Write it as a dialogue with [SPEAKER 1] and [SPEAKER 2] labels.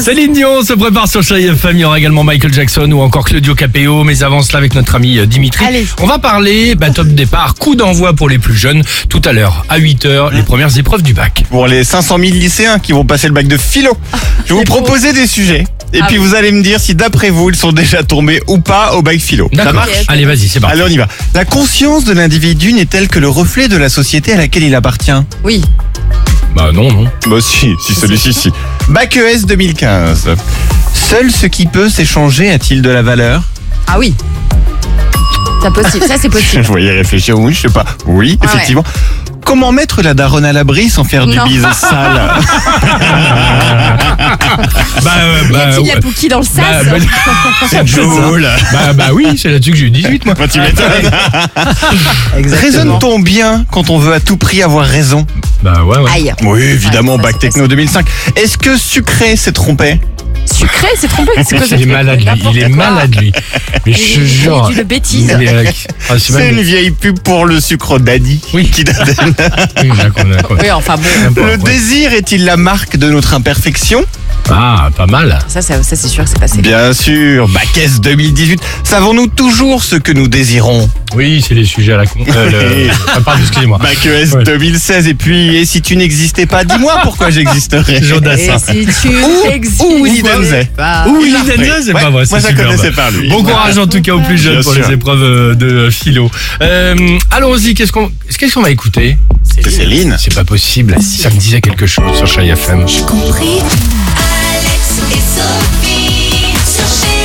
[SPEAKER 1] Céline Dion se prépare sur Chérie FM. Il y aura également Michael Jackson ou encore Claudio Capéo. Mais avant cela, avec notre ami euh, Dimitri,
[SPEAKER 2] Allez.
[SPEAKER 1] on va parler bah, top départ, coup d'envoi pour les plus jeunes. Tout à l'heure, à 8h, les premières épreuves du bac.
[SPEAKER 3] pour les 500 000 lycéens qui vont passer le bac de philo. Je vais vous proposer des sujets et
[SPEAKER 2] Ah
[SPEAKER 3] puis vous allez me dire si d'après vous ils sont déjà tombés ou pas au bac philo. Ça
[SPEAKER 1] D'accord.
[SPEAKER 3] marche
[SPEAKER 1] Allez, vas-y, c'est parti.
[SPEAKER 3] Allez, on y va. La conscience de l'individu n'est-elle que le reflet de la société à laquelle il appartient
[SPEAKER 2] Oui.
[SPEAKER 1] Bah non, non.
[SPEAKER 3] Bah si, si celui-ci, si. Bac E ES 2015. Seul ce qui peut s'échanger a-t-il de la valeur
[SPEAKER 2] Ah oui. Ça possible. Ça c'est
[SPEAKER 3] Je
[SPEAKER 2] possible.
[SPEAKER 3] voyais réfléchir, oui, je sais pas.
[SPEAKER 2] Ah ouais.
[SPEAKER 3] Oui, effectivement. Comment mettre la daronne à l'abri sans faire
[SPEAKER 2] Non.
[SPEAKER 3] du bise sale
[SPEAKER 1] Bah, euh,
[SPEAKER 2] Y
[SPEAKER 1] bah,
[SPEAKER 2] a-t-il de la
[SPEAKER 1] ouais.
[SPEAKER 2] pouquille dans le
[SPEAKER 1] Bah,
[SPEAKER 2] sas
[SPEAKER 1] bah,
[SPEAKER 3] C'est drôle.
[SPEAKER 1] bah, bah oui, c'est là-dessus que j'ai eu 18 moi.
[SPEAKER 3] Bah, tu m'étonnes. Raisonne-t-on bien quand on veut à tout prix avoir raison
[SPEAKER 1] Bah ouais, ouais.
[SPEAKER 2] Aïe.
[SPEAKER 3] Oui, évidemment,
[SPEAKER 2] Ouais, ça,
[SPEAKER 3] bac
[SPEAKER 2] c'est
[SPEAKER 3] techno 2005. Est-ce que Sucré s'est trompé
[SPEAKER 2] Sucré, c'est trompé. C'est quoi ce
[SPEAKER 1] Il est
[SPEAKER 2] truc
[SPEAKER 1] malade lui,
[SPEAKER 2] N'importe
[SPEAKER 1] il est
[SPEAKER 2] quoi.
[SPEAKER 1] malade lui. Mais je te
[SPEAKER 2] Il- il
[SPEAKER 1] jure.
[SPEAKER 2] dit de bêtises.
[SPEAKER 1] Mais, euh, ah, c'est
[SPEAKER 3] C'est
[SPEAKER 1] même-
[SPEAKER 3] une vieille pub pour le sucre daddy.
[SPEAKER 1] Oui.
[SPEAKER 3] Qui date-
[SPEAKER 1] Oui, d'accord, d'accord.
[SPEAKER 2] Oui, enfin bon.
[SPEAKER 3] le
[SPEAKER 1] N'importe, ouais.
[SPEAKER 3] désir est-il la marque de notre imperfection
[SPEAKER 1] Ah, pas mal.
[SPEAKER 2] Ça, ça, ça, c'est sûr que c'est passé.
[SPEAKER 3] Bien sûr, bac S 2018. Savons-nous toujours ce que nous désirons
[SPEAKER 1] Oui, c'est les sujets à la con. euh, le- Ah, pardon, excusez-moi.
[SPEAKER 3] Bac E ES
[SPEAKER 1] Ouais.
[SPEAKER 3] 2016 et puis et si tu n'existais pas, dis-moi pourquoi j'existerais.
[SPEAKER 1] Toujours
[SPEAKER 2] Et
[SPEAKER 1] d'assin.
[SPEAKER 2] si tu
[SPEAKER 3] Ou-
[SPEAKER 2] existes
[SPEAKER 3] ou Willy Denzey.
[SPEAKER 2] pas.
[SPEAKER 1] Ouh,
[SPEAKER 3] il a repris.
[SPEAKER 1] Daniel, c'est
[SPEAKER 3] Ouais,
[SPEAKER 1] pas vrai,
[SPEAKER 3] moi,
[SPEAKER 1] c'est
[SPEAKER 3] je la
[SPEAKER 1] superbe.
[SPEAKER 3] connaissais pas, lui.
[SPEAKER 1] Bon courage en tout cas aux plus jeunes
[SPEAKER 3] bah, Bien
[SPEAKER 1] pour
[SPEAKER 3] sûr.
[SPEAKER 1] les épreuves euh, de euh, philo. Euh, Allons-y, qu'est-ce qu'on qu'est-ce qu'on va écouter
[SPEAKER 3] C'est Céline.
[SPEAKER 1] C'est pas possible, ça me disait quelque chose sur Chai FM.
[SPEAKER 4] compris Alex et Sophie sur Chérie